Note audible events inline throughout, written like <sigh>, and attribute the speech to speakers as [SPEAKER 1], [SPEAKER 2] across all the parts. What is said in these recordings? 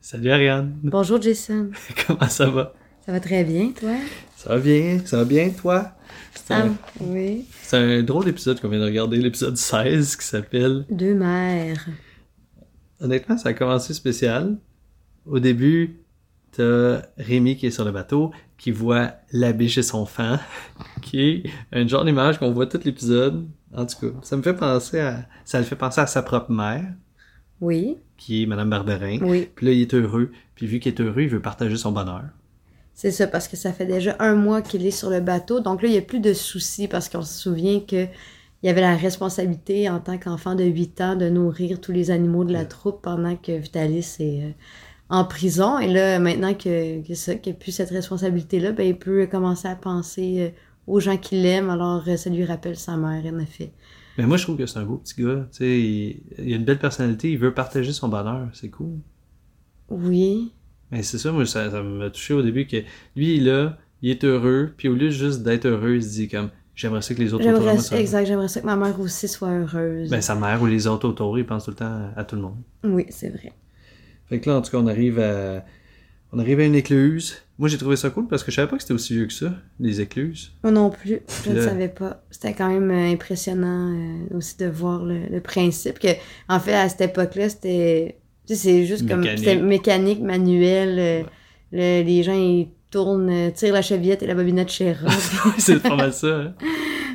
[SPEAKER 1] Salut Ariane, <laughs>
[SPEAKER 2] Bonjour Jason.
[SPEAKER 1] comment ça va?
[SPEAKER 2] Ça va très bien, toi?
[SPEAKER 1] Ça va bien, ça va bien toi? C'est
[SPEAKER 2] Ah,
[SPEAKER 1] un,
[SPEAKER 2] oui.
[SPEAKER 1] c'est un drôle d'épisode qu'on vient de regarder, l'épisode 16 qui s'appelle
[SPEAKER 2] Deux mères.
[SPEAKER 1] Honnêtement, ça a commencé spécial. Au début, t'as Rémi qui est sur le bateau, qui voit l'abbé chez son fan, <laughs> qui est un genre d'image qu'on voit tout l'épisode. En tout cas, ça me fait penser à, ça le fait penser à sa propre mère,
[SPEAKER 2] Oui,
[SPEAKER 1] qui est Madame Barberin.
[SPEAKER 2] oui.
[SPEAKER 1] Puis là, il est heureux. Puis vu qu'il est heureux, il veut partager son bonheur.
[SPEAKER 2] C'est ça, parce que ça fait déjà un mois qu'il est sur le bateau. Donc là, il n'y a plus de soucis parce qu'on se souvient que il y avait la responsabilité en tant qu'enfant de 8 ans de nourrir tous les animaux de la troupe pendant que Vitalis est euh, en prison. Et là, maintenant que, que ça, qu'il n'y a plus cette responsabilité-là, ben, il peut commencer à penser euh, aux gens qu'il aime. Alors, euh, ça lui rappelle sa mère, en effet.
[SPEAKER 1] Mais moi, je trouve que c'est un beau petit gars. Tu sais, il, il a une belle personnalité, il veut partager son bonheur. C'est cool.
[SPEAKER 2] Oui,
[SPEAKER 1] Mais c'est ça, moi, ça, ça m'a touché au début que lui, là, il est heureux, puis au lieu juste d'être heureux, il se dit comme j'aimerais ça que les autres autour de
[SPEAKER 2] J'aimerais
[SPEAKER 1] moi
[SPEAKER 2] ça,
[SPEAKER 1] soient heureux.
[SPEAKER 2] exact, j'aimerais ça que ma mère aussi soit heureuse.
[SPEAKER 1] Ben, sa mère ou les autres autour, il pense tout le temps à tout le monde.
[SPEAKER 2] Oui, c'est vrai.
[SPEAKER 1] Fait que là, en tout cas, on arrive à, on arrive à une écluse. Moi, j'ai trouvé ça cool parce que je savais pas que c'était aussi vieux que ça, les
[SPEAKER 2] <laughs>
[SPEAKER 1] écluses.
[SPEAKER 2] Moi non plus, je ne
[SPEAKER 1] Là.
[SPEAKER 2] savais pas. C'était quand même euh, impressionnant euh, aussi de voir le, le principe que, en fait, à cette époque-là, c'était, tu sais, c'est juste comme,
[SPEAKER 1] Mécanique.
[SPEAKER 2] c'était mécanique, manuel. euh, le- les gens, ils tournent, euh, tirent la chevillette et la bobinette chez
[SPEAKER 1] <laughs> c'est pas mal ça, hein?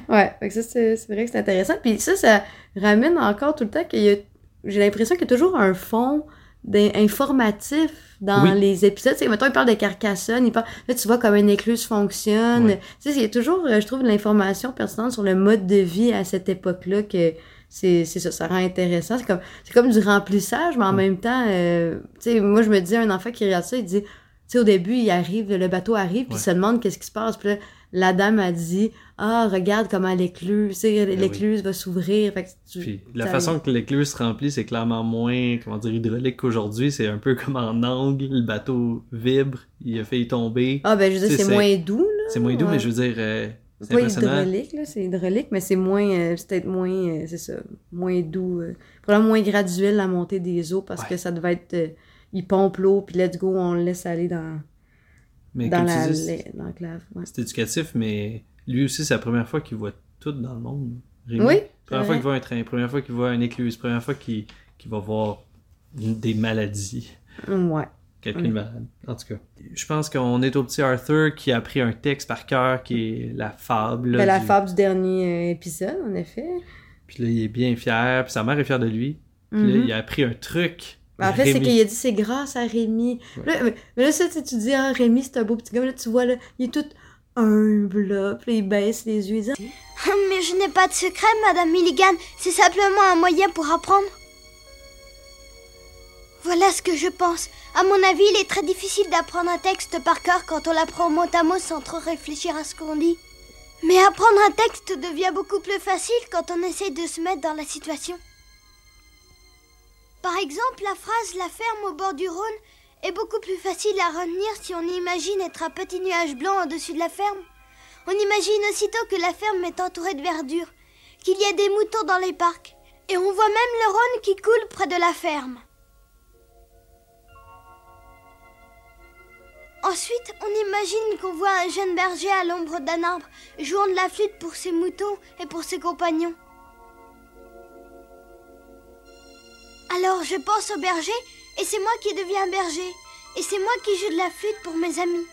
[SPEAKER 2] Ouais, fait que ça, c'est c'est vrai que c'est intéressant. Puis ça, ça ramène encore tout le temps qu'il y a. J'ai l'impression qu'il y a toujours un fond d'in- informatif dans
[SPEAKER 1] Oui.
[SPEAKER 2] les épisodes. Tu sais, mettons, il parle de Carcassonne, il parle. Là, tu vois comment une écluse fonctionne.
[SPEAKER 1] Ouais.
[SPEAKER 2] Tu sais, il y a toujours, euh, je trouve, de l'information pertinente sur le mode de vie à cette époque-là que c'est c'est ça, ça rend intéressant. C'est comme, c'est comme du remplissage, mais en
[SPEAKER 1] Mm.
[SPEAKER 2] même temps, euh, tu sais, moi, je me dis, un enfant qui regarde ça, il dit. Tu sais, au début, il arrive, le bateau arrive, puis
[SPEAKER 1] Ouais.
[SPEAKER 2] il se demande qu'est-ce qui se passe. Puis là, la dame a dit Ah, regarde comment l'écluse, tu sais,
[SPEAKER 1] Ben oui.
[SPEAKER 2] l'écluse va s'ouvrir. Fait que tu-
[SPEAKER 1] Puis la
[SPEAKER 2] ça-
[SPEAKER 1] façon que l'écluse se remplit, c'est clairement moins, comment dire, hydraulique qu'aujourd'hui. C'est un peu comme en angle, le bateau vibre, il a failli tomber.
[SPEAKER 2] Ah, ben, je veux
[SPEAKER 1] Tu
[SPEAKER 2] dire,
[SPEAKER 1] sais,
[SPEAKER 2] c'est
[SPEAKER 1] c'est-
[SPEAKER 2] moins doux, là.
[SPEAKER 1] C'est moins doux,
[SPEAKER 2] ouais.
[SPEAKER 1] mais je veux dire, euh, c'est
[SPEAKER 2] Ah. Pas
[SPEAKER 1] impressionnant.
[SPEAKER 2] hydraulique, là, c'est hydraulique, mais c'est moins, euh, c'est peut-être moins, euh, c'est ça, moins doux. euh, probablement moins graduel la montée des eaux parce
[SPEAKER 1] Ouais.
[SPEAKER 2] que ça devait être. euh, il pompe l'eau, puis let's go, on le laisse aller dans,
[SPEAKER 1] Mais
[SPEAKER 2] dans
[SPEAKER 1] comme
[SPEAKER 2] la
[SPEAKER 1] tu dis, c'est-
[SPEAKER 2] la- dans la clave. ouais.
[SPEAKER 1] c'est éducatif, mais lui aussi, c'est la première fois qu'il voit tout dans le monde. Rémi.
[SPEAKER 2] Oui,
[SPEAKER 1] Première
[SPEAKER 2] c'est
[SPEAKER 1] fois
[SPEAKER 2] vrai.
[SPEAKER 1] qu'il voit un train, première fois qu'il voit une écluse, première fois qu'il qu'il va voir une- des maladies.
[SPEAKER 2] Mm, Ouais.
[SPEAKER 1] Quelqu'un
[SPEAKER 2] Oui.
[SPEAKER 1] de malade, en tout cas. Je pense qu'on est au petit Arthur qui a appris un texte par cœur qui est la fable. là,
[SPEAKER 2] Ben, la
[SPEAKER 1] du-
[SPEAKER 2] fable du dernier euh, épisode, en effet.
[SPEAKER 1] Puis là, il est bien fier, puis sa mère est fière de lui. Puis là,
[SPEAKER 2] Mhm.
[SPEAKER 1] il a appris un truc.
[SPEAKER 2] Mais Ben, en fait, c'est
[SPEAKER 1] Rémi.
[SPEAKER 2] qu'il a dit c'est grâce à Rémi.
[SPEAKER 1] Ouais.
[SPEAKER 2] Là, mais- mais là, ça, tu sais, tu dis, ah, Rémi, c'est un beau petit gars. Mais Là, tu vois, là, il est tout humble, là. Puis là, il baisse les yeux. Il dit,
[SPEAKER 3] <laughs> Mais je n'ai pas de secret, Madame Milligan. C'est simplement un moyen pour apprendre. Voilà ce que je pense. À mon avis, il est très difficile d'apprendre un texte par cœur quand on l'apprend au mot à mot sans trop réfléchir à ce qu'on dit. Mais apprendre un texte devient beaucoup plus facile quand on essaie de se mettre dans la situation. Par exemple, la phrase La ferme au bord du Rhône est beaucoup plus facile à retenir si on imagine être un petit nuage blanc au-dessus de la ferme. On imagine aussitôt que la ferme est entourée de verdure, qu'il y a des moutons dans les parcs, et on voit même le Rhône qui coule près de la ferme. Ensuite, on imagine qu'on voit un jeune berger à l'ombre d'un arbre, jouant de la flûte pour ses moutons et pour ses compagnons. Alors je pense au berger, et c'est moi qui deviens berger, et c'est moi qui joue de la flûte pour mes amis.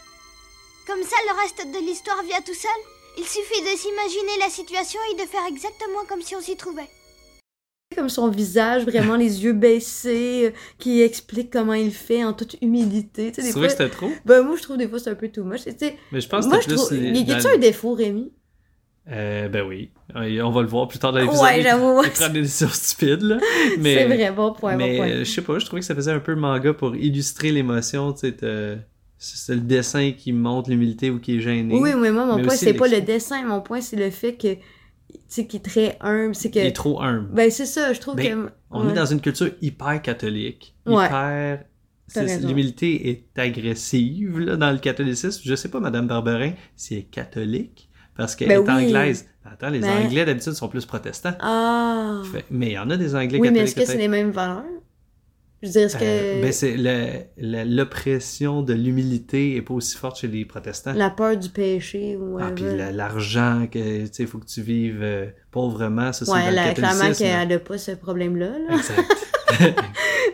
[SPEAKER 3] Comme ça, le reste de l'histoire vient tout seul. Il suffit de s'imaginer la situation et de faire exactement comme si on s'y trouvait.
[SPEAKER 2] comme son visage, vraiment les yeux baissés, euh, qui explique comment il fait en toute humilité. Tu sais,
[SPEAKER 1] Tu
[SPEAKER 2] des
[SPEAKER 1] trouvais
[SPEAKER 2] fois.
[SPEAKER 1] que c'était trop?
[SPEAKER 2] Ben, moi, je trouve des fois, c'est un peu too much. Tu sais,
[SPEAKER 1] Mais je pense
[SPEAKER 2] moi,
[SPEAKER 1] que
[SPEAKER 2] je
[SPEAKER 1] c'était plus...
[SPEAKER 2] trouve.
[SPEAKER 1] les-
[SPEAKER 2] Il y a-tu
[SPEAKER 1] dans-
[SPEAKER 2] un défaut, Rémi
[SPEAKER 1] Euh, ben oui. Euh, On va le voir plus tard dans l'épisode.
[SPEAKER 2] Ouais, j'avoue.
[SPEAKER 1] Il
[SPEAKER 2] <laughs>
[SPEAKER 1] prend des décisions stupides, là. Mais,
[SPEAKER 2] C'est vrai, bon point, bon
[SPEAKER 1] mais
[SPEAKER 2] point.
[SPEAKER 1] euh, je sais pas, je trouvais que ça faisait un peu manga pour illustrer l'émotion, tu sais, t'as- c'est le dessin qui montre l'humilité ou qui est gêné.
[SPEAKER 2] Oui, mais moi, mon
[SPEAKER 1] mais
[SPEAKER 2] point,
[SPEAKER 1] aussi
[SPEAKER 2] c'est pas le
[SPEAKER 1] l'ex-
[SPEAKER 2] dessin. Mon point, c'est le fait que, tu sais, qu'il est très humble. C'est
[SPEAKER 1] Il
[SPEAKER 2] que.
[SPEAKER 1] est trop humble.
[SPEAKER 2] Ben, c'est ça, je trouve
[SPEAKER 1] Ben,
[SPEAKER 2] que.
[SPEAKER 1] On
[SPEAKER 2] ouais.
[SPEAKER 1] est dans une culture hyper catholique.
[SPEAKER 2] Ouais.
[SPEAKER 1] Hyper...
[SPEAKER 2] T'as
[SPEAKER 1] c'est-
[SPEAKER 2] raison.
[SPEAKER 1] L'humilité est agressive là, dans le catholicisme. Je sais pas, Madame Barberin, si elle est catholique, parce qu'elle
[SPEAKER 2] Ben
[SPEAKER 1] est
[SPEAKER 2] oui. Ben.
[SPEAKER 1] anglaise. Attends, les
[SPEAKER 2] Mais-
[SPEAKER 1] Anglais d'habitude sont plus protestants.
[SPEAKER 2] Ah
[SPEAKER 1] Fait- Mais il y en a des Anglais
[SPEAKER 2] Oui, mais
[SPEAKER 1] catholiques.
[SPEAKER 2] est-ce que c'est
[SPEAKER 1] peut-être.
[SPEAKER 2] les mêmes valeurs Je veux dire, est-ce que
[SPEAKER 1] Euh, ben, c'est la- la- l'oppression de l'humilité est pas aussi forte chez les protestants.
[SPEAKER 2] la peur du péché ou
[SPEAKER 1] Ah, puis
[SPEAKER 2] whatever.
[SPEAKER 1] la- l'argent, que tu sais, faut que tu vives euh, pauvrement, ça c'est dans
[SPEAKER 2] Ouais,
[SPEAKER 1] le
[SPEAKER 2] là, clairement
[SPEAKER 1] catholicisme.
[SPEAKER 2] qu'elle n'a pas ce problème-là. là. <laughs>
[SPEAKER 1] Exact.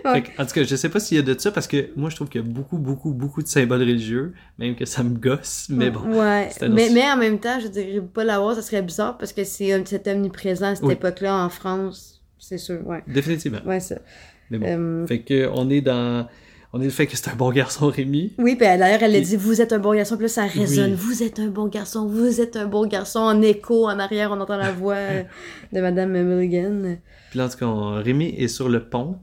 [SPEAKER 2] Ouais.
[SPEAKER 1] Fait que, en tout cas, je sais pas s'il y a de ça parce que moi je trouve qu'il y a beaucoup, beaucoup, beaucoup de symboles religieux, même que ça me gosse, <laughs> mais bon.
[SPEAKER 2] Ouais.
[SPEAKER 1] c'est un autre
[SPEAKER 2] Mais,
[SPEAKER 1] sujet.
[SPEAKER 2] mais en même temps, je dirais pas l'avoir, ça serait bizarre parce que c'est om- c'est omniprésent à cette
[SPEAKER 1] Oui.
[SPEAKER 2] époque-là en France. C'est sûr, ouais.
[SPEAKER 1] Définitivement.
[SPEAKER 2] Ouais, ça.
[SPEAKER 1] Mais bon.
[SPEAKER 2] Euh,
[SPEAKER 1] Fait que on est dans. On est le fait que c'est un bon garçon Rémi.
[SPEAKER 2] Oui, puis d'ailleurs, elle a
[SPEAKER 1] Et-
[SPEAKER 2] dit Vous êtes un bon garçon. Puis là, ça résonne
[SPEAKER 1] Oui.
[SPEAKER 2] Vous êtes un bon garçon, vous êtes un bon garçon. En écho, en arrière, on entend la
[SPEAKER 1] <laughs>
[SPEAKER 2] voix euh, de Madame Mulligan.
[SPEAKER 1] Puis là, en tout cas, on- Rémi est sur le pont.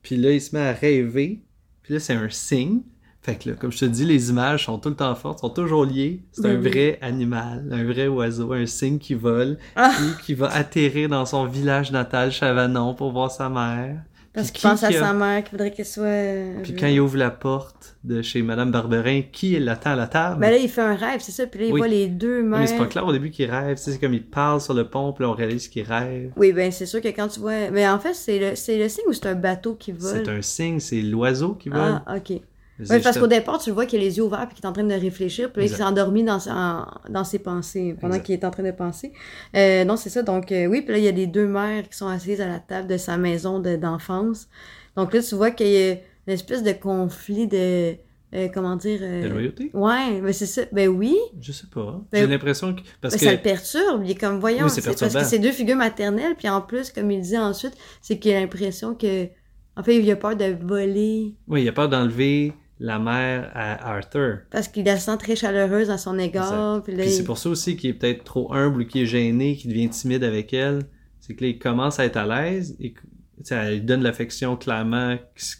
[SPEAKER 1] Puis là, il se met à rêver. Puis là, c'est un signe. Fait que là, comme je te dis, les images sont tout le temps fortes, sont toujours liées. C'est un
[SPEAKER 2] Ben Oui, oui.
[SPEAKER 1] vrai animal, un vrai oiseau, un signe qui vole,
[SPEAKER 2] Ah!
[SPEAKER 1] puis qui va atterrir dans son village natal, Chavanon, pour voir sa mère.
[SPEAKER 2] Parce
[SPEAKER 1] Puis
[SPEAKER 2] qu'il pense
[SPEAKER 1] qui
[SPEAKER 2] à
[SPEAKER 1] qui a-
[SPEAKER 2] sa mère, qu'il faudrait qu'elle soit. euh,
[SPEAKER 1] Puis quand il ouvre la porte de chez Madame Barberin, qui l'attend à la table?
[SPEAKER 2] Ben là, il fait un rêve, c'est ça. Puis là, il
[SPEAKER 1] Oui.
[SPEAKER 2] voit les deux mères.
[SPEAKER 1] Mais c'est pas clair au début qu'il rêve. Tu sais, C'est comme il parle sur le pont, puis là, on réalise qu'il rêve.
[SPEAKER 2] Oui, ben c'est sûr que quand tu vois. Mais en fait, c'est le, c'est le signe ou c'est un bateau qui vole
[SPEAKER 1] C'est un signe, c'est l'oiseau qui vole.
[SPEAKER 2] Ah, ok.
[SPEAKER 1] Mais
[SPEAKER 2] Oui,
[SPEAKER 1] c'est
[SPEAKER 2] parce
[SPEAKER 1] juste-
[SPEAKER 2] qu'au départ, tu le vois qu'il a les yeux ouverts puis qu'il est en train de réfléchir, puis là, il
[SPEAKER 1] Exact.
[SPEAKER 2] s'est endormi dans, sa- en- dans ses pensées, pendant
[SPEAKER 1] Exact.
[SPEAKER 2] qu'il est en train de penser. Euh, non, c'est ça. Donc, euh, oui, puis là, il y a les deux mères qui sont assises à la table de sa maison de- d'enfance. Donc là, tu vois qu'il y a une espèce de conflit de. euh, comment dire. euh,
[SPEAKER 1] La loyauté?
[SPEAKER 2] Ouais, mais c'est ça. Ben oui,
[SPEAKER 1] Je sais pas.
[SPEAKER 2] Ben-
[SPEAKER 1] J'ai l'impression que. Parce
[SPEAKER 2] mais
[SPEAKER 1] que.
[SPEAKER 2] ça le perturbe. Il est comme,
[SPEAKER 1] Oui,
[SPEAKER 2] voyons, tu
[SPEAKER 1] c'est
[SPEAKER 2] sais, parce
[SPEAKER 1] perturbant.
[SPEAKER 2] que c'est deux figures maternelles, puis en plus, comme il dit ensuite, c'est qu'il a l'impression que. En fait, il a peur de voler.
[SPEAKER 1] Oui, il a peur d'enlever la mère à Arthur.
[SPEAKER 2] Parce qu'il la sent très chaleureuse à son égard. Puis là,
[SPEAKER 1] Puis
[SPEAKER 2] il-
[SPEAKER 1] c'est pour ça aussi qu'il est peut-être trop humble ou qu'il est gêné, qu'il devient timide avec elle. C'est que là, il commence à être à l'aise et que- tu sais, elle lui donne l'affection clairement qui-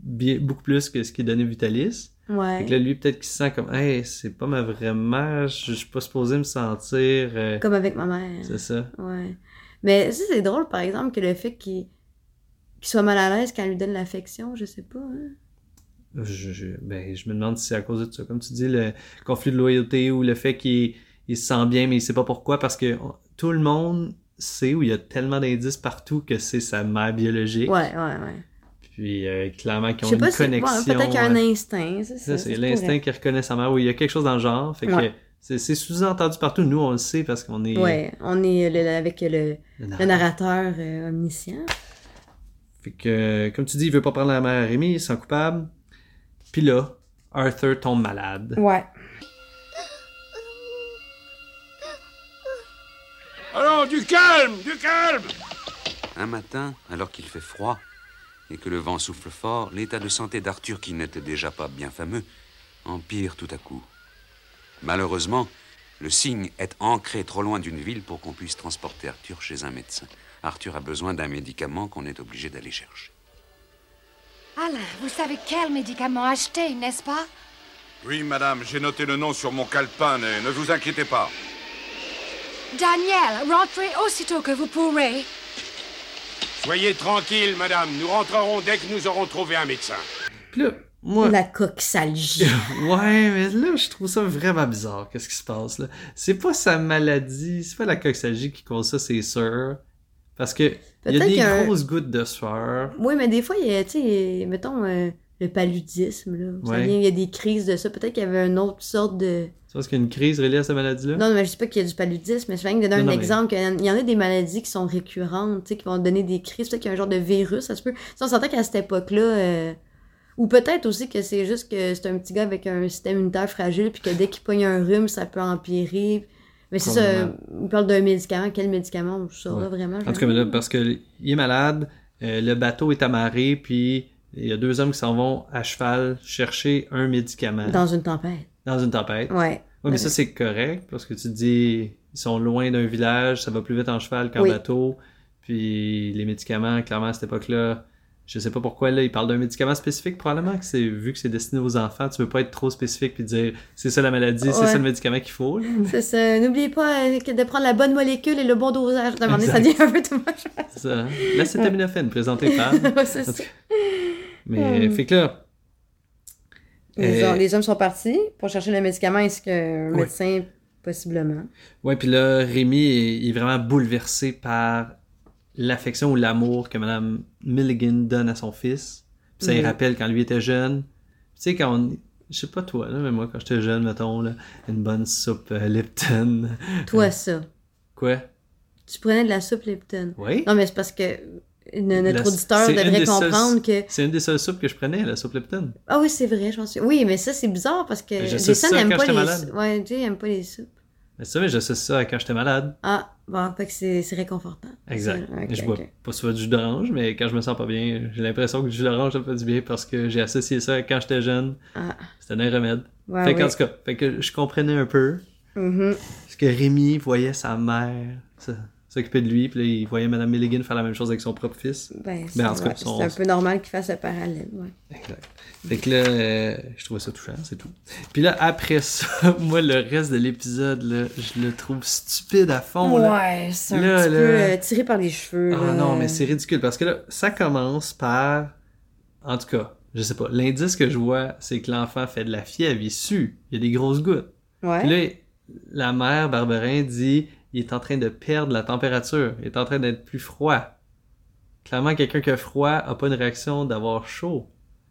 [SPEAKER 1] bien- beaucoup plus que ce qu'il donnait Vitalis.
[SPEAKER 2] Ouais.
[SPEAKER 1] Fait que là, lui, peut-être qu'il se sent comme, hey, c'est pas ma vraie mère, je je suis pas supposé me sentir. euh,
[SPEAKER 2] Comme avec ma mère.
[SPEAKER 1] C'est ça.
[SPEAKER 2] Ouais. Mais ça, c'est drôle, par exemple, que le fait qu'il qu'il soit mal à l'aise quand elle lui donne l'affection, je sais pas. hein.
[SPEAKER 1] Je, je- ben, je me demande si c'est à cause de ça. Comme tu dis, le conflit de loyauté ou le fait qu'il il se sent bien, mais il sait pas pourquoi, parce que on- tout le monde sait où il y a tellement d'indices partout que c'est sa mère biologique.
[SPEAKER 2] Ouais, ouais, ouais.
[SPEAKER 1] Puis euh, clairement, qu'ils
[SPEAKER 2] Je
[SPEAKER 1] ont
[SPEAKER 2] sais
[SPEAKER 1] une
[SPEAKER 2] pas si. ouais,
[SPEAKER 1] connexion.
[SPEAKER 2] Peut-être qu'il y a un
[SPEAKER 1] euh,
[SPEAKER 2] instinct,
[SPEAKER 1] ça,
[SPEAKER 2] c'est ça.
[SPEAKER 1] c'est
[SPEAKER 2] ça se
[SPEAKER 1] l'instinct qui reconnaît sa mère. Oui, il y a quelque chose dans le genre. Fait que
[SPEAKER 2] Ouais.
[SPEAKER 1] c'est c'est sous-entendu partout. Nous, on le sait parce qu'on est.
[SPEAKER 2] pourrait. Ouais, on est le- avec le,
[SPEAKER 1] le narrateur.
[SPEAKER 2] le narrateur euh, omniscient.
[SPEAKER 1] Fait que, euh, comme tu dis, il veut pas prendre la mère à Rémi, il sent coupable. Puis là, Arthur tombe malade.
[SPEAKER 2] Ouais.
[SPEAKER 4] Alors, du calme, du calme
[SPEAKER 5] Un matin, alors qu'il fait froid et que le vent souffle fort, l'état de santé d'Arthur, qui n'était déjà pas bien fameux, empire tout à coup. Malheureusement, le signe est ancré trop loin d'une ville pour qu'on puisse transporter Arthur chez un médecin. Arthur a besoin d'un médicament qu'on est obligé d'aller chercher.
[SPEAKER 6] Alain, vous savez quel médicament acheter, n'est-ce pas
[SPEAKER 4] Oui, madame, j'ai noté le nom sur mon calepin, et ne vous inquiétez pas.
[SPEAKER 6] Daniel, rentrez aussitôt que vous pourrez.
[SPEAKER 4] Soyez tranquille, madame, nous rentrerons dès que nous aurons trouvé un médecin.
[SPEAKER 1] Puis là, moi.
[SPEAKER 2] La coxalgie.
[SPEAKER 1] <laughs> ouais, mais là, je trouve ça vraiment bizarre. Qu'est-ce qui se passe là? C'est pas sa maladie, c'est pas la coxalgie qui cause ça, c'est sûr. Parce que. Il y a des
[SPEAKER 2] Peut-être qu'il y a un-
[SPEAKER 1] grosses gouttes de sueur.
[SPEAKER 2] Oui, mais des fois, il y a, tu sais, mettons, euh, le paludisme, là. Ça
[SPEAKER 1] Ouais.
[SPEAKER 2] vient- il y a des crises de ça. Peut-être qu'il y avait une autre sorte de.
[SPEAKER 1] Tu vois, est-ce qu'il y a une crise reliée à cette maladie-là?
[SPEAKER 2] Non, mais je sais pas qu'il y a du paludisme, mais je viens de donner
[SPEAKER 1] Non,
[SPEAKER 2] un
[SPEAKER 1] non, mais-
[SPEAKER 2] exemple. qu'il y en- Il y en a des maladies qui sont récurrentes, tu sais, qui vont donner des crises. Peut-être qu'il y a un genre de virus, ça se peut. Tu sais, on s'entend qu'à cette époque-là. euh, Ou peut-être aussi que c'est juste que c'est un petit gars avec un système immunitaire fragile, puis que dès qu'il pogne un rhume, ça peut empirer. Mais c'est ça,
[SPEAKER 1] Probablement.
[SPEAKER 2] euh, il parle d'un médicament. Quel médicament On saura
[SPEAKER 1] Ouais.
[SPEAKER 2] vraiment.
[SPEAKER 1] En tout cas,
[SPEAKER 2] jamais.
[SPEAKER 1] là, parce qu'il est malade, euh, le bateau est amarré, puis il y a deux hommes qui s'en vont à cheval chercher un médicament dans,
[SPEAKER 2] Dans une tempête.
[SPEAKER 1] une tempête. Oui,
[SPEAKER 2] Ouais.
[SPEAKER 1] mais ça, c'est correct, parce que tu te dis, ils sont loin d'un village, ça va plus vite en cheval qu'en
[SPEAKER 2] Oui.
[SPEAKER 1] bateau, puis les médicaments, clairement, à cette époque-là, je sais pas pourquoi, là, ils parlent d'un médicament spécifique, probablement que c'est, vu que c'est destiné aux enfants, tu veux pas être trop spécifique puis dire, c'est ça la maladie, c'est
[SPEAKER 2] Ouais.
[SPEAKER 1] ça le médicament qu'il faut, là.
[SPEAKER 2] C'est ça. N'oubliez pas euh, que de prendre la bonne molécule et le bon dosage. À un moment donné, ça
[SPEAKER 1] Exact.
[SPEAKER 2] devient un peu tout moche.
[SPEAKER 1] C'est ça. hein? L'acétaminophène, présenté par...
[SPEAKER 2] <laughs> Ouais, c'est ça.
[SPEAKER 1] Mais, fait que là...
[SPEAKER 2] Les,
[SPEAKER 1] euh,
[SPEAKER 2] hom- les hommes sont partis pour chercher le médicament. Est-ce qu'un
[SPEAKER 1] Oui.
[SPEAKER 2] médecin, possiblement?
[SPEAKER 1] Ouais, puis là, Rémi est, il est vraiment bouleversé par l'affection ou l'amour que Madame Milligan donne à son fils. Puis ça lui
[SPEAKER 2] Mm.
[SPEAKER 1] rappelle quand lui était jeune. Tu sais, quand on. Je sais pas toi, là, mais moi, quand j'étais jeune, mettons, là, une bonne soupe euh, Lipton.
[SPEAKER 2] Toi, ça.
[SPEAKER 1] Quoi?
[SPEAKER 2] Tu prenais de la soupe Lipton.
[SPEAKER 1] Oui?
[SPEAKER 2] Non, mais c'est parce que ne-
[SPEAKER 1] La
[SPEAKER 2] notre
[SPEAKER 1] sou-
[SPEAKER 2] auditeur
[SPEAKER 1] c'est une
[SPEAKER 2] devrait
[SPEAKER 1] des seules-
[SPEAKER 2] comprendre que.
[SPEAKER 1] C'est une des seules soupes que je prenais, la soupe Lipton.
[SPEAKER 2] Ah oui, c'est vrai, j'en suis. Oui, mais ça, c'est bizarre parce que
[SPEAKER 1] Mais je sais
[SPEAKER 2] Jason
[SPEAKER 1] ça
[SPEAKER 2] n'aime
[SPEAKER 1] quand
[SPEAKER 2] pas les.
[SPEAKER 1] j'étais malade.
[SPEAKER 2] Ouais, Jay n'aime pas les soupes.
[SPEAKER 1] Mais ça, mais je sais ça quand j'étais malade.
[SPEAKER 2] Ah, bon, fait que c'est c'est réconfortant.
[SPEAKER 1] Exact.
[SPEAKER 2] C'est- Mm, ok,
[SPEAKER 1] je bois
[SPEAKER 2] ok.
[SPEAKER 1] pas souvent du jus d'orange, mais quand je me sens pas bien, j'ai l'impression que du jus d'orange, ça me fait du bien parce que j'ai associé ça à quand j'étais jeune.
[SPEAKER 2] Ah,
[SPEAKER 1] C'était un remède.
[SPEAKER 2] ouais,
[SPEAKER 1] fait
[SPEAKER 2] ouais.
[SPEAKER 1] qu'en tout cas, fait que je comprenais un peu
[SPEAKER 2] Mhm.
[SPEAKER 1] ce que Rémi voyait sa mère s- s'occuper de lui, puis là, il voyait Madame Milligan faire la même chose avec son propre fils.
[SPEAKER 2] Ben, c'est
[SPEAKER 1] Ben, en tout cas,
[SPEAKER 2] ouais,
[SPEAKER 1] ils
[SPEAKER 2] c'est
[SPEAKER 1] sont-
[SPEAKER 2] un peu normal qu'il fasse le parallèle. Ouais.
[SPEAKER 1] Exact. Fait que là, euh, je trouvais ça touchant, c'est tout. Puis là, après ça, <laughs> moi, le reste de l'épisode, là, je le trouve stupide à fond. Là.
[SPEAKER 2] ouais, c'est un
[SPEAKER 1] Là,
[SPEAKER 2] petit
[SPEAKER 1] là.
[SPEAKER 2] peu euh, tiré par les cheveux.
[SPEAKER 1] Ah
[SPEAKER 2] là.
[SPEAKER 1] non, mais c'est ridicule parce que là, ça commence par. En tout cas, je sais pas. L'indice que je vois, c'est que l'enfant fait de la fièvre, il sue, il y a des grosses gouttes. Puis
[SPEAKER 2] Ouais.
[SPEAKER 1] là, la mère Barberin dit il est en train de perdre la température, il est en train d'être plus froid. Clairement, quelqu'un qui a froid a pas une réaction d'avoir chaud.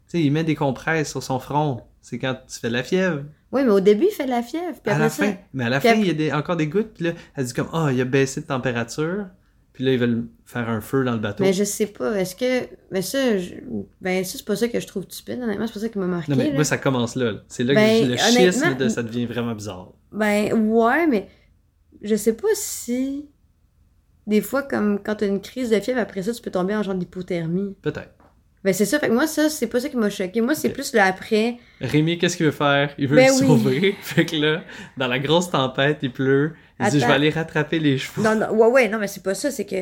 [SPEAKER 1] Tu sais, il met des compresses sur son front. C'est quand tu fais de la fièvre.
[SPEAKER 2] Ouais, mais au début, il fait de la fièvre. Puis
[SPEAKER 1] à la
[SPEAKER 2] après ça.
[SPEAKER 1] fin. Mais à la
[SPEAKER 2] puis
[SPEAKER 1] fin,
[SPEAKER 2] après-
[SPEAKER 1] il y a des- encore des gouttes. Puis là, elle dit comme Ah, il a baissé de température. Puis là, ils veulent faire un feu dans le bateau.
[SPEAKER 2] Mais je sais pas, est-ce que. Mais ça, je- ben ça, c'est pas ça que je trouve stupide, honnêtement, c'est pas ça qui m'a marqué.
[SPEAKER 1] Non, mais
[SPEAKER 2] là.
[SPEAKER 1] moi, ça commence là. là. C'est là
[SPEAKER 2] Ben,
[SPEAKER 1] que le schisme,
[SPEAKER 2] honnêtement,
[SPEAKER 1] de, ça devient vraiment bizarre.
[SPEAKER 2] Ben ouais, mais je sais pas si. Des fois, comme quand t'as une crise de fièvre, après ça, tu peux tomber en genre d'hypothermie.
[SPEAKER 1] Peut-être.
[SPEAKER 2] Ben c'est ça, fait que moi, ça, c'est pas ça qui m'a choqué. Moi, c'est
[SPEAKER 1] Ok.
[SPEAKER 2] plus le après.
[SPEAKER 1] Rémi, qu'est-ce qu'il veut faire? Il veut
[SPEAKER 2] Ben
[SPEAKER 1] le
[SPEAKER 2] oui.
[SPEAKER 1] sauver. <laughs> Fait que là, dans la grosse tempête, il pleut. Il dit, je vais
[SPEAKER 2] Attends.
[SPEAKER 1] aller rattraper les chevaux.
[SPEAKER 2] <laughs> Non, non, ouais, ouais, non, mais c'est pas ça, c'est que.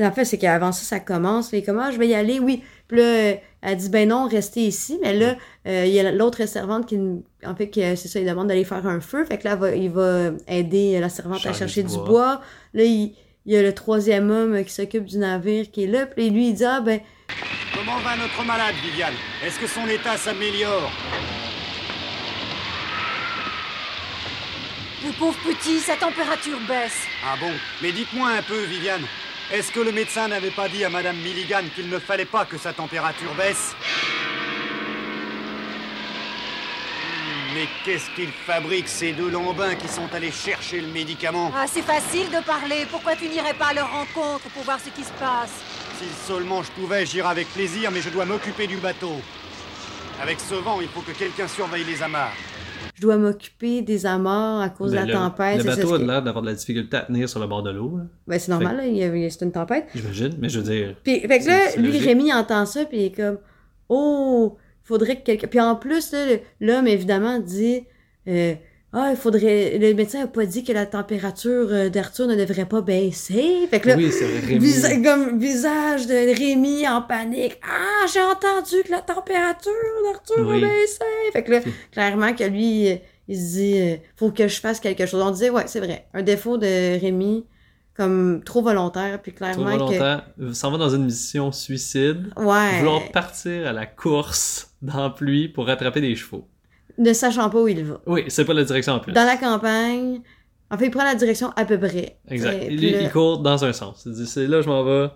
[SPEAKER 2] En fait, c'est qu'avant ça, ça commence. Mais comment je vais y aller? Oui. Puis là, euh, elle dit, ben non, restez ici. Mais là, euh, il y a l'autre servante qui, en fait, qui, euh, c'est ça, il demande d'aller faire un feu. Fait que là, elle va- il va aider la servante à
[SPEAKER 1] Charger
[SPEAKER 2] chercher
[SPEAKER 1] du
[SPEAKER 2] du
[SPEAKER 1] bois.
[SPEAKER 2] bois. Là, il, il y a le troisième homme qui s'occupe du navire qui est là. Puis lui, il dit, ah ben,
[SPEAKER 4] Comment va notre malade, Viviane Est-ce que son état s'améliore
[SPEAKER 6] Le pauvre petit, sa température baisse.
[SPEAKER 4] Ah bon Mais dites-moi un peu, Viviane. Est-ce que le médecin n'avait pas dit à Madame Milligan qu'il ne fallait pas que sa température baisse Hmm, Mais qu'est-ce qu'ils fabriquent, ces deux lambins qui sont allés chercher le médicament
[SPEAKER 6] Ah, c'est facile de parler. Pourquoi tu n'irais pas à leur rencontre pour voir ce qui se passe
[SPEAKER 4] Si seulement je pouvais, j'irais avec plaisir, mais je dois m'occuper du bateau. Avec ce vent, il faut que quelqu'un surveille les amarres.
[SPEAKER 2] je dois m'occuper des amarres à cause
[SPEAKER 1] Ben,
[SPEAKER 2] de
[SPEAKER 1] le-
[SPEAKER 2] la tempête.
[SPEAKER 1] Le
[SPEAKER 2] c'est ça,
[SPEAKER 1] bateau
[SPEAKER 2] c'est
[SPEAKER 1] a
[SPEAKER 2] que-
[SPEAKER 1] l'air d'avoir de la difficulté à tenir sur le bord de l'eau, là.
[SPEAKER 2] Ben, c'est normal, là, il y a- c'est une tempête.
[SPEAKER 1] j'imagine. Mais je veux dire,
[SPEAKER 2] Puis, fait que
[SPEAKER 1] C'est-
[SPEAKER 2] là,
[SPEAKER 1] c'est
[SPEAKER 2] lui,
[SPEAKER 1] logique.
[SPEAKER 2] Rémi, il entend ça, puis il est comme, oh, faudrait que quelqu'un. Puis en plus, là, le- l'homme, évidemment, dit, euh, ah, il faudrait. Le médecin a pas dit que la température euh, d'Arthur ne devrait pas baisser. Fait que là,
[SPEAKER 1] oui, c'est vrai, Rémi.
[SPEAKER 2] visa- comme visage de Rémi en panique. Ah, j'ai entendu que la température d'Arthur
[SPEAKER 1] Oui.
[SPEAKER 2] a baissé. Fait que là,
[SPEAKER 1] Puis-
[SPEAKER 2] clairement, que lui, euh, il se dit, euh, faut que je fasse quelque chose. On disait, ouais, c'est vrai. Un défaut de Rémi, comme trop volontaire, puis
[SPEAKER 1] Trop
[SPEAKER 2] clairement que.
[SPEAKER 1] volontaire. S'en va dans une mission suicide.
[SPEAKER 2] Ouais.
[SPEAKER 1] Vouloir partir à la course dans la pluie pour rattraper des chevaux.
[SPEAKER 2] ne sachant pas où il va.
[SPEAKER 1] Oui, c'est pas la direction en plus.
[SPEAKER 2] Dans la campagne, en fait, il prend la direction à peu près.
[SPEAKER 1] Exact.
[SPEAKER 2] Et
[SPEAKER 1] Il,
[SPEAKER 2] puis là-
[SPEAKER 1] il court dans un sens. Il dit, c'est là, je m'en vais.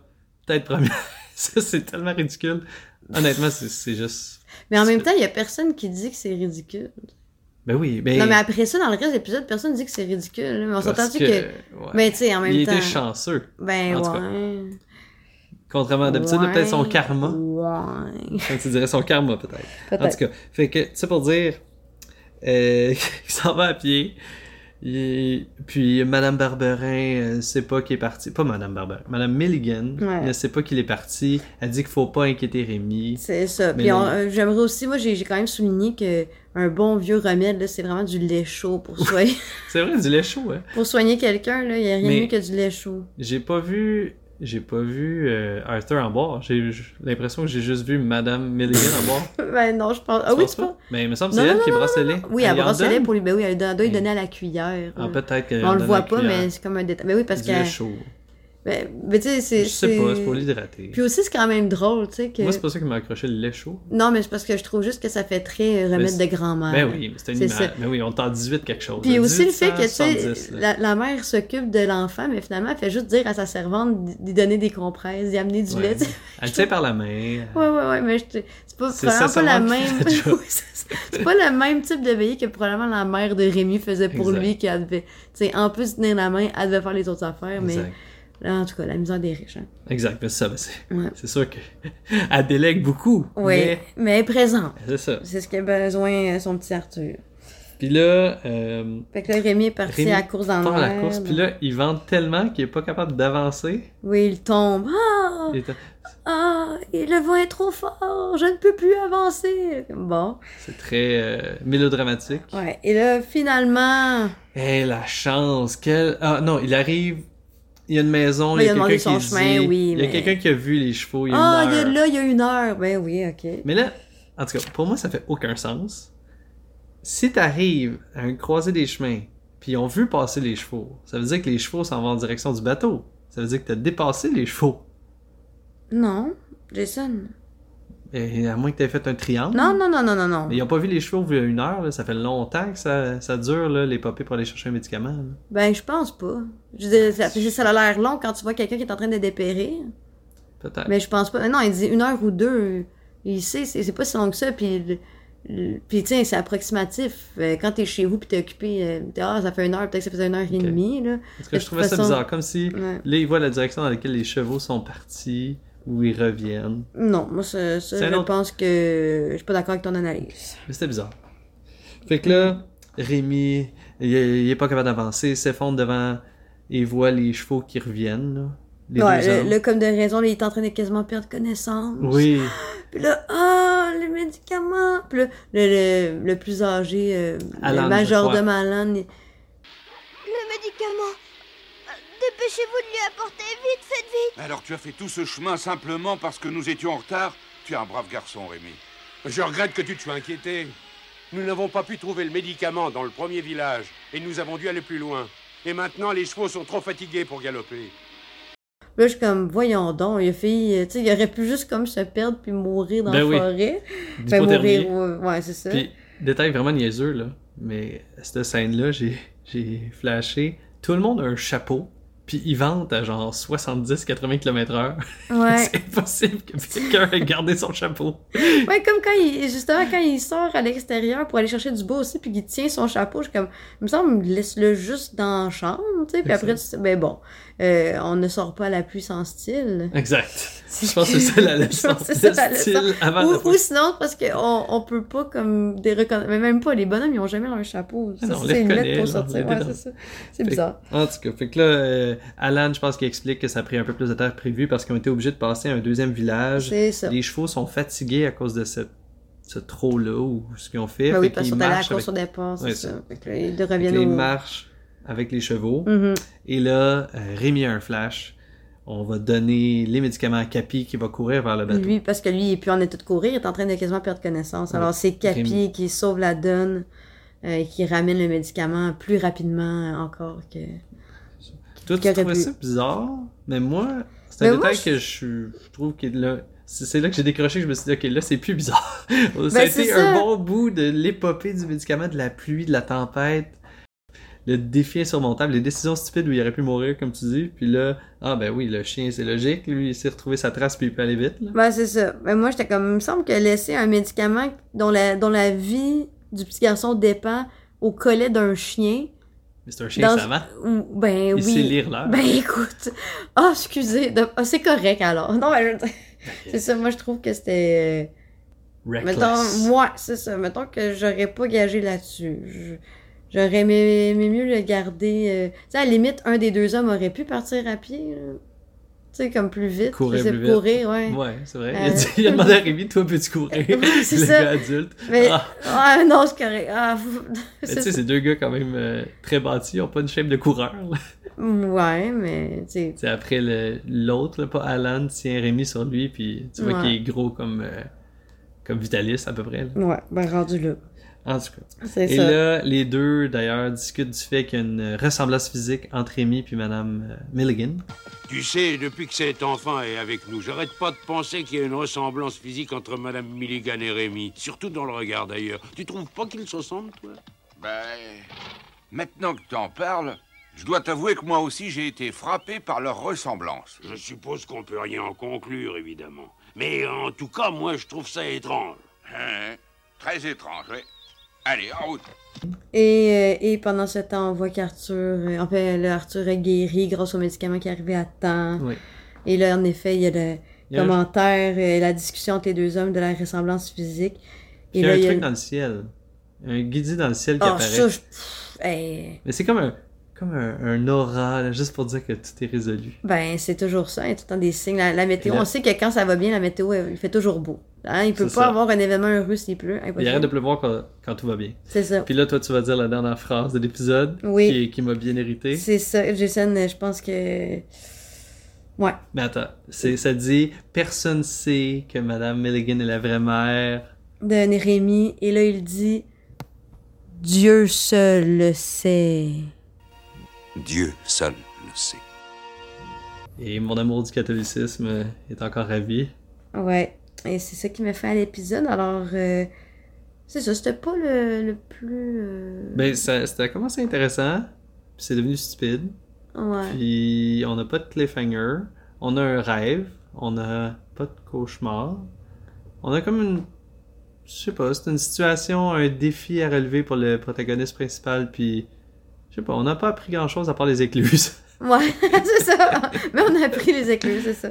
[SPEAKER 1] Peut-être première. <laughs> ça, c'est tellement ridicule. Honnêtement, c'est- c'est juste.
[SPEAKER 2] Mais en même temps, il y a personne qui dit que c'est ridicule.
[SPEAKER 1] Ben oui, ben.
[SPEAKER 2] Non, mais après ça, dans le reste de l'épisode, personne dit que c'est ridicule. là. Mais on
[SPEAKER 1] parce
[SPEAKER 2] s'entend-tu que...
[SPEAKER 1] ouais.
[SPEAKER 2] Mais tu sais, en même
[SPEAKER 1] il
[SPEAKER 2] temps...
[SPEAKER 1] était chanceux.
[SPEAKER 2] Ben
[SPEAKER 1] en tout
[SPEAKER 2] ouais.
[SPEAKER 1] Contrairement à d'habitude,
[SPEAKER 2] Ouais.
[SPEAKER 1] peut-être son karma.
[SPEAKER 2] Ouais.
[SPEAKER 1] Comme tu dirais, son karma, <laughs> peut-être. En tout
[SPEAKER 2] Peut-être.
[SPEAKER 1] cas, fait que, tu sais, pour dire, euh, <laughs> il s'en va à pied. Il- Puis Madame Barberin euh, sait pas qu'il est parti. Pas Madame Barberin, Madame Milligan
[SPEAKER 2] Ouais.
[SPEAKER 1] ne sait pas qu'il est parti. Elle dit qu'il faut pas inquiéter Rémi.
[SPEAKER 2] C'est ça.
[SPEAKER 1] Mais
[SPEAKER 2] Puis
[SPEAKER 1] non.
[SPEAKER 2] on- euh, j'aimerais aussi, moi, j'ai j'ai quand même souligné que un bon vieux remède, là, c'est vraiment du lait chaud pour soigner, <laughs>
[SPEAKER 1] C'est vrai, du lait chaud, hein.
[SPEAKER 2] pour soigner quelqu'un. là. Il n'y a rien
[SPEAKER 1] Mais-
[SPEAKER 2] de mieux que du lait chaud. <laughs>
[SPEAKER 1] J'ai pas vu. J'ai pas vu euh, Arthur en boire. J'ai j- l'impression que j'ai juste vu Madame Milligan en boire.
[SPEAKER 2] ben non, je pense... Ah oui, tu penses?
[SPEAKER 1] Mais Ben, il me semble que
[SPEAKER 2] Non,
[SPEAKER 1] c'est
[SPEAKER 2] non,
[SPEAKER 1] elle
[SPEAKER 2] non,
[SPEAKER 1] qui
[SPEAKER 2] non,
[SPEAKER 1] brasse le lait.
[SPEAKER 2] Oui,
[SPEAKER 1] Elle
[SPEAKER 2] elle
[SPEAKER 1] lui en
[SPEAKER 2] brasse le lait
[SPEAKER 1] donne?
[SPEAKER 2] pour lui. Ben oui, elle doit lui
[SPEAKER 1] Oui.
[SPEAKER 2] donner à la cuillère.
[SPEAKER 1] Ah,
[SPEAKER 2] là.
[SPEAKER 1] peut-être qu'elle
[SPEAKER 2] On
[SPEAKER 1] en
[SPEAKER 2] le
[SPEAKER 1] donne
[SPEAKER 2] voit
[SPEAKER 1] à la
[SPEAKER 2] pas,
[SPEAKER 1] cuillère.
[SPEAKER 2] mais c'est comme un détail. Mais oui, parce
[SPEAKER 1] Du lait
[SPEAKER 2] qu'elle
[SPEAKER 1] chaud.
[SPEAKER 2] Mais, mais tu sais, c'est.
[SPEAKER 1] Je sais pas, c'est pour l'hydrater.
[SPEAKER 2] Puis aussi, c'est quand même drôle, tu sais. Que...
[SPEAKER 1] Moi, c'est pas ça qui m'a accroché le lait chaud.
[SPEAKER 2] Non, mais c'est parce que je trouve juste que ça fait très euh, remède
[SPEAKER 1] c'est-
[SPEAKER 2] de grand-mère.
[SPEAKER 1] Ben oui, mais c'est une
[SPEAKER 2] C'est ça.
[SPEAKER 1] image. Ben oui, on tend 18 quelque chose.
[SPEAKER 2] Puis
[SPEAKER 1] là,
[SPEAKER 2] aussi le fait que, tu sais,
[SPEAKER 1] 1870, là.
[SPEAKER 2] la, la mère s'occupe de l'enfant, mais finalement, elle fait juste dire à sa servante d'y- d'y donner des compresses, d'y amener du
[SPEAKER 1] Ouais.
[SPEAKER 2] lait. tu sais.
[SPEAKER 1] Elle le tient par la main.
[SPEAKER 2] Ouais, ouais, ouais, mais je te- c'est pas,
[SPEAKER 1] C'est
[SPEAKER 2] probablement
[SPEAKER 1] sa
[SPEAKER 2] pas la
[SPEAKER 1] servante qui
[SPEAKER 2] même.
[SPEAKER 1] fait le job.
[SPEAKER 2] Oui, <laughs> c'est ça. c'est pas le même type de veillée que probablement la mère de Rémi faisait pour
[SPEAKER 1] Exact.
[SPEAKER 2] lui, qu'elle devait, tu sais, en plus de tenir la main, elle devait faire les autres affaires,
[SPEAKER 1] Exact.
[SPEAKER 2] mais là, en tout cas, la misère des riches. hein.
[SPEAKER 1] Exact, mais c'est ça, ben c'est
[SPEAKER 2] Ouais.
[SPEAKER 1] c'est sûr que <laughs> elle délègue beaucoup.
[SPEAKER 2] Ouais, mais... elle est présente.
[SPEAKER 1] mais- C'est ça.
[SPEAKER 2] C'est ce qu'a besoin euh, son petit Arthur.
[SPEAKER 1] Puis là, euh,
[SPEAKER 2] Fait que là, Rémi est parti
[SPEAKER 1] Rémi
[SPEAKER 2] à la course dans le
[SPEAKER 1] part la
[SPEAKER 2] merde.
[SPEAKER 1] course, puis là, il vente tellement qu'il est pas capable d'avancer.
[SPEAKER 2] Oui, il tombe. Ah!
[SPEAKER 1] Il est-
[SPEAKER 2] Ah, et le vent est trop fort, je ne peux plus avancer. Bon,
[SPEAKER 1] C'est très euh, mélodramatique.
[SPEAKER 2] ouais. Et là, finalement,
[SPEAKER 1] Eh, la chance! Quelle... Ah non, il arrive, il y a une maison,
[SPEAKER 2] Ben,
[SPEAKER 1] il y a
[SPEAKER 2] il a
[SPEAKER 1] quelqu'un
[SPEAKER 2] demandé
[SPEAKER 1] qui
[SPEAKER 2] son
[SPEAKER 1] dit-
[SPEAKER 2] chemin, oui,
[SPEAKER 1] Il y a
[SPEAKER 2] mais-
[SPEAKER 1] quelqu'un qui a vu les chevaux, il y a
[SPEAKER 2] ah,
[SPEAKER 1] une
[SPEAKER 2] il y a-
[SPEAKER 1] heure.
[SPEAKER 2] là, il y a une heure. Ben oui, ok.
[SPEAKER 1] Mais là, en tout cas, pour moi, ça fait aucun sens. Si t'arrives à un croisé des chemins, puis ils ont vu passer les chevaux, ça veut dire que les chevaux s'en vont en direction du bateau. Ça veut dire que t'as dépassé les chevaux.
[SPEAKER 2] Non, Jason.
[SPEAKER 1] Et à moins que t'aies fait un triangle.
[SPEAKER 2] Non, non, non, non, non, non.
[SPEAKER 1] Mais ils n'ont pas vu les chevaux il y a une heure, là. ça fait longtemps que ça, ça dure, là, l'épopée pour aller chercher un médicament. là.
[SPEAKER 2] Ben, je pense pas. Je veux dire, ça, ça a l'air long quand tu vois quelqu'un qui est en train de dépérir.
[SPEAKER 1] Peut-être.
[SPEAKER 2] Mais je pense pas. Non, il dit une heure ou deux. Il sait, c'est c'est pas si long que ça. Puis, le- le- puis tiens, c'est approximatif. Euh, Quand t'es chez vous puis t'es occupé, euh, t'es, ah, ça fait une heure, peut-être que ça faisait une heure et
[SPEAKER 1] Ok.
[SPEAKER 2] demie, là.
[SPEAKER 1] Parce que
[SPEAKER 2] de
[SPEAKER 1] je trouvais
[SPEAKER 2] toute
[SPEAKER 1] ça
[SPEAKER 2] façon-
[SPEAKER 1] bizarre, comme si
[SPEAKER 2] Ouais.
[SPEAKER 1] là, ils voient la direction dans laquelle les chevaux sont partis, où ils reviennent.
[SPEAKER 2] Non, moi, ça, ça,
[SPEAKER 1] C'est
[SPEAKER 2] je
[SPEAKER 1] un autre-
[SPEAKER 2] pense que je suis pas d'accord avec ton analyse.
[SPEAKER 1] Mais c'était bizarre. Fait que là, Rémi, il est, il est pas capable d'avancer, il s'effondre devant et voit les chevaux qui reviennent, là. Les deux
[SPEAKER 2] ouais,
[SPEAKER 1] hommes.
[SPEAKER 2] le, le comme de raison, là, il est en train de quasiment perdre connaissance. <laughs>
[SPEAKER 1] Oui,
[SPEAKER 2] Puis là, ah, les médicaments. Puis là, le, le, le plus âgé, euh,
[SPEAKER 1] Alan,
[SPEAKER 2] le
[SPEAKER 1] je
[SPEAKER 2] major de
[SPEAKER 1] crois.
[SPEAKER 2] Malan, il-
[SPEAKER 3] Le médicament. Euh, Dépêchez-vous de lui apporter vite, faites vite.
[SPEAKER 7] Alors tu as fait tout ce chemin simplement parce que nous étions en retard Tu es un brave garçon, Rémi.
[SPEAKER 8] Je regrette que tu te sois inquiété. Nous n'avons pas pu trouver le médicament dans le premier village et nous avons dû aller plus loin. Et maintenant, les chevaux sont trop fatigués pour galoper.
[SPEAKER 2] Là, je suis comme, voyons donc, il a failli, euh, tu sais, il aurait pu juste comme se perdre puis mourir dans
[SPEAKER 1] Ben
[SPEAKER 2] la
[SPEAKER 1] oui.
[SPEAKER 2] forêt. Ben,
[SPEAKER 1] d'hypothermie.
[SPEAKER 2] mourir, ouais, ouais, c'est ça.
[SPEAKER 1] Puis, détail vraiment niaiseux, là, mais cette scène-là, j'ai- j'ai flashé. Tout le monde a un chapeau, puis ils vantent à genre 70-80 <laughs> km/h.
[SPEAKER 2] ouais.
[SPEAKER 1] C'est impossible que quelqu'un ait gardé son chapeau.
[SPEAKER 2] ouais, comme quand il, justement, quand il sort à l'extérieur pour aller chercher du bois aussi, puis qu'il tient son chapeau, je suis comme, il me semble, laisse-le juste dans la chambre, tu sais, puis après, tu sais, ben bon, euh, on ne sort pas à la pluie sans style.
[SPEAKER 1] Exact. Je pense que c'est ça la
[SPEAKER 2] Je <laughs>
[SPEAKER 1] leçon.
[SPEAKER 2] pense que c'est ça la
[SPEAKER 1] de style avant la
[SPEAKER 2] Ou, ou
[SPEAKER 1] prochaine.
[SPEAKER 2] sinon, parce qu'on on peut pas comme des reconnaître. Mais même pas, les bonhommes, ils ont jamais un chapeau.
[SPEAKER 1] Ah
[SPEAKER 2] Ça,
[SPEAKER 1] non, on les
[SPEAKER 2] C'est une
[SPEAKER 1] reconnaît,
[SPEAKER 2] lettre pour
[SPEAKER 1] là,
[SPEAKER 2] sortir.
[SPEAKER 1] on les
[SPEAKER 2] Ouais,
[SPEAKER 1] dans-
[SPEAKER 2] c'est ça. C'est bizarre.
[SPEAKER 1] En tout cas, fait que là, euh, Alan, je pense qu'il explique que ça a pris un peu plus de temps que prévu parce qu'ils ont été obligés de passer à un deuxième village.
[SPEAKER 2] C'est ça.
[SPEAKER 1] Les chevaux sont fatigués à cause de cette, ce trou-là ou ce qu'ils ont fait.
[SPEAKER 2] Ben oui,
[SPEAKER 1] fait
[SPEAKER 2] parce
[SPEAKER 1] qu'ils
[SPEAKER 2] qu'on est allé à la
[SPEAKER 1] marchent
[SPEAKER 2] course au
[SPEAKER 1] avec-
[SPEAKER 2] départ, c'est
[SPEAKER 1] Ouais,
[SPEAKER 2] ça.
[SPEAKER 1] ça.
[SPEAKER 2] Fait que là, ils
[SPEAKER 1] fait que
[SPEAKER 2] reviennent
[SPEAKER 1] là, ils
[SPEAKER 2] au...
[SPEAKER 1] marchent avec les chevaux.
[SPEAKER 2] Mhm.
[SPEAKER 1] Et là, euh, Rémi a un flash. On va donner les médicaments à Capi qui va courir vers le bateau.
[SPEAKER 2] Lui, parce que lui, il est plus en état de courir, il est en train de quasiment perdre connaissance.
[SPEAKER 1] Ouais.
[SPEAKER 2] Alors, c'est Capi
[SPEAKER 1] Rémi.
[SPEAKER 2] qui sauve la donne euh, et qui ramène le médicament plus rapidement euh, encore que...
[SPEAKER 1] Toi,
[SPEAKER 2] qui
[SPEAKER 1] tu
[SPEAKER 2] aurait
[SPEAKER 1] trouvais
[SPEAKER 2] pu-
[SPEAKER 1] ça bizarre, mais moi, c'est
[SPEAKER 2] Mais
[SPEAKER 1] un
[SPEAKER 2] moi,
[SPEAKER 1] détail
[SPEAKER 2] je-
[SPEAKER 1] que je je trouve qu'il est là. C'est c'est là que j'ai décroché, que je me suis dit, ok, là, c'est plus bizarre. <laughs> ça a
[SPEAKER 2] Ben, c'est
[SPEAKER 1] été
[SPEAKER 2] ça.
[SPEAKER 1] un bon bout de l'épopée du médicament, de la pluie, de la tempête, le défi insurmontable, les décisions stupides où il aurait pu mourir, comme tu dis. Puis là, ah ben oui, le chien, c'est logique. Lui, il s'est retrouvé sa trace, puis il peut aller vite. là.
[SPEAKER 2] Ben, c'est ça. Ben, moi, j'étais comme, il me semble que laisser un médicament dont la, dont la vie du petit garçon dépend au collet d'un chien...
[SPEAKER 1] Mais c'est un chien
[SPEAKER 2] dans-
[SPEAKER 1] savant.
[SPEAKER 2] ou- Ben
[SPEAKER 1] Il
[SPEAKER 2] oui.
[SPEAKER 1] sait lire l'heure.
[SPEAKER 2] <laughs> Ben écoute, ah excusez, de- ah, c'est correct alors. Non, mais je... c'est ça, moi je trouve que c'était... euh,
[SPEAKER 1] Reckless.
[SPEAKER 2] Mettons, moi, c'est ça, mettons que j'aurais pas gagé là-dessus. Je- J'aurais aimé, aimé mieux le garder... euh, Tu sais, à la limite, un des deux hommes aurait pu partir à pied, là. tu sais, comme plus vite.
[SPEAKER 1] Courir
[SPEAKER 2] je sais,
[SPEAKER 1] plus vite.
[SPEAKER 2] Courir, ouais.
[SPEAKER 1] Ouais, c'est vrai. Il, a
[SPEAKER 2] Euh.
[SPEAKER 1] dit- il a demandé à Rémi, toi, peux-tu
[SPEAKER 2] <laughs>
[SPEAKER 1] courir?
[SPEAKER 2] Oui, c'est
[SPEAKER 1] le
[SPEAKER 2] ça.
[SPEAKER 1] gars adulte.
[SPEAKER 2] Mais,
[SPEAKER 1] Ah.
[SPEAKER 2] ah non, c'est correct. Ah, <laughs>
[SPEAKER 1] Mais
[SPEAKER 2] c'est-
[SPEAKER 1] tu sais, c'est deux gars quand même euh, très bâtis, ils ont pas une shape de coureur. là. <laughs>
[SPEAKER 2] Ouais, mais, tu sais...
[SPEAKER 1] Tu sais, après le- l'autre, là, pas Alan, tient Rémi sur lui, puis tu vois
[SPEAKER 2] Ouais.
[SPEAKER 1] qu'il est gros comme, euh, comme Vitalis à peu près. là.
[SPEAKER 2] Ouais, ben rendu là.
[SPEAKER 1] En tout cas.
[SPEAKER 2] C'est
[SPEAKER 1] Et
[SPEAKER 2] ça.
[SPEAKER 1] là, les deux, d'ailleurs, discutent du fait qu'il y a une ressemblance physique entre Amy puis Madame euh, Milligan.
[SPEAKER 8] Tu sais, depuis que cet enfant est avec nous, j'arrête pas de penser qu'il y a une ressemblance physique entre Madame Milligan et Rémi. Surtout dans le regard, d'ailleurs. Tu trouves pas qu'ils se ressemblent, toi
[SPEAKER 7] Ben, maintenant que t'en parles, je dois t'avouer que moi aussi j'ai été frappé par leur ressemblance.
[SPEAKER 8] Je suppose qu'on peut rien en conclure, évidemment. Mais en tout cas, moi, je trouve ça étrange.
[SPEAKER 7] Hein, très étrange, oui. Allez, en route.
[SPEAKER 2] Et, euh, et pendant ce temps, on voit qu'Arthur, euh, en fait, là, Arthur est guéri grâce aux médicaments qui arrivaient à temps.
[SPEAKER 1] Oui.
[SPEAKER 2] Et là, en effet, il y a le
[SPEAKER 1] Il y a un-
[SPEAKER 2] commentaire et la discussion entre les deux hommes de la ressemblance physique.
[SPEAKER 1] puis il
[SPEAKER 2] Et
[SPEAKER 1] y a
[SPEAKER 2] là,
[SPEAKER 1] un
[SPEAKER 2] il y a
[SPEAKER 1] truc
[SPEAKER 2] le-
[SPEAKER 1] dans le ciel. Un guidi dans le ciel qui
[SPEAKER 2] Ah,
[SPEAKER 1] apparaît.
[SPEAKER 2] ça, je- pff, eh, hey.
[SPEAKER 1] Mais c'est comme un, comme un, un aura, là, juste pour dire que tout est résolu.
[SPEAKER 2] Ben, c'est toujours ça, il y a tout le temps des signes. La, la météo,
[SPEAKER 1] Et là-
[SPEAKER 2] on sait que quand ça va bien, la météo, elle- il fait toujours beau. Hein, il peut pas
[SPEAKER 1] C'est ça.
[SPEAKER 2] avoir un événement heureux s'il pleut.
[SPEAKER 1] Il
[SPEAKER 2] impossible.
[SPEAKER 1] arrête de pleuvoir quand, quand tout va bien.
[SPEAKER 2] C'est ça.
[SPEAKER 1] Puis là, toi, tu vas dire la dernière phrase de l'épisode
[SPEAKER 2] Oui.
[SPEAKER 1] qui, qui m'a bien hérité.
[SPEAKER 2] C'est ça, Jason, je pense que... Ouais.
[SPEAKER 1] Mais attends, c'est- ça dit Personne sait que Madame Milligan est la vraie mère.
[SPEAKER 2] de Nérémie. Et là, il dit Dieu seul le sait.
[SPEAKER 5] Dieu seul le sait.
[SPEAKER 1] Et mon amour du catholicisme euh, est encore ravi.
[SPEAKER 2] Ouais. Et c'est ça qui m'a fait à l'épisode. Alors, euh, c'est ça, c'était pas le, le plus. euh,
[SPEAKER 1] Ben, ça, ça a commencé intéressant, puis c'est devenu stupide.
[SPEAKER 2] ouais.
[SPEAKER 1] Puis on n'a pas de cliffhanger, on a un rêve, on n'a pas de cauchemar. On a comme une. Je sais pas, c'est une situation, un défi à relever pour le protagoniste principal, puis. Je sais pas, on n'a pas appris grand chose à part les écluses.
[SPEAKER 2] Ouais, <laughs> c'est ça. Mais on a pris les écluses, c'est ça.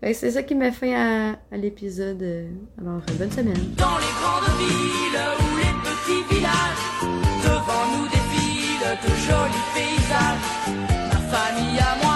[SPEAKER 2] Fait que C'est ça qui m'a fait à, à l'épisode. euh, Alors, euh, bonne semaine.
[SPEAKER 9] Dans les grandes villes ou les petits villages, devant nous défilent de jolis paysages. Ma famille à moi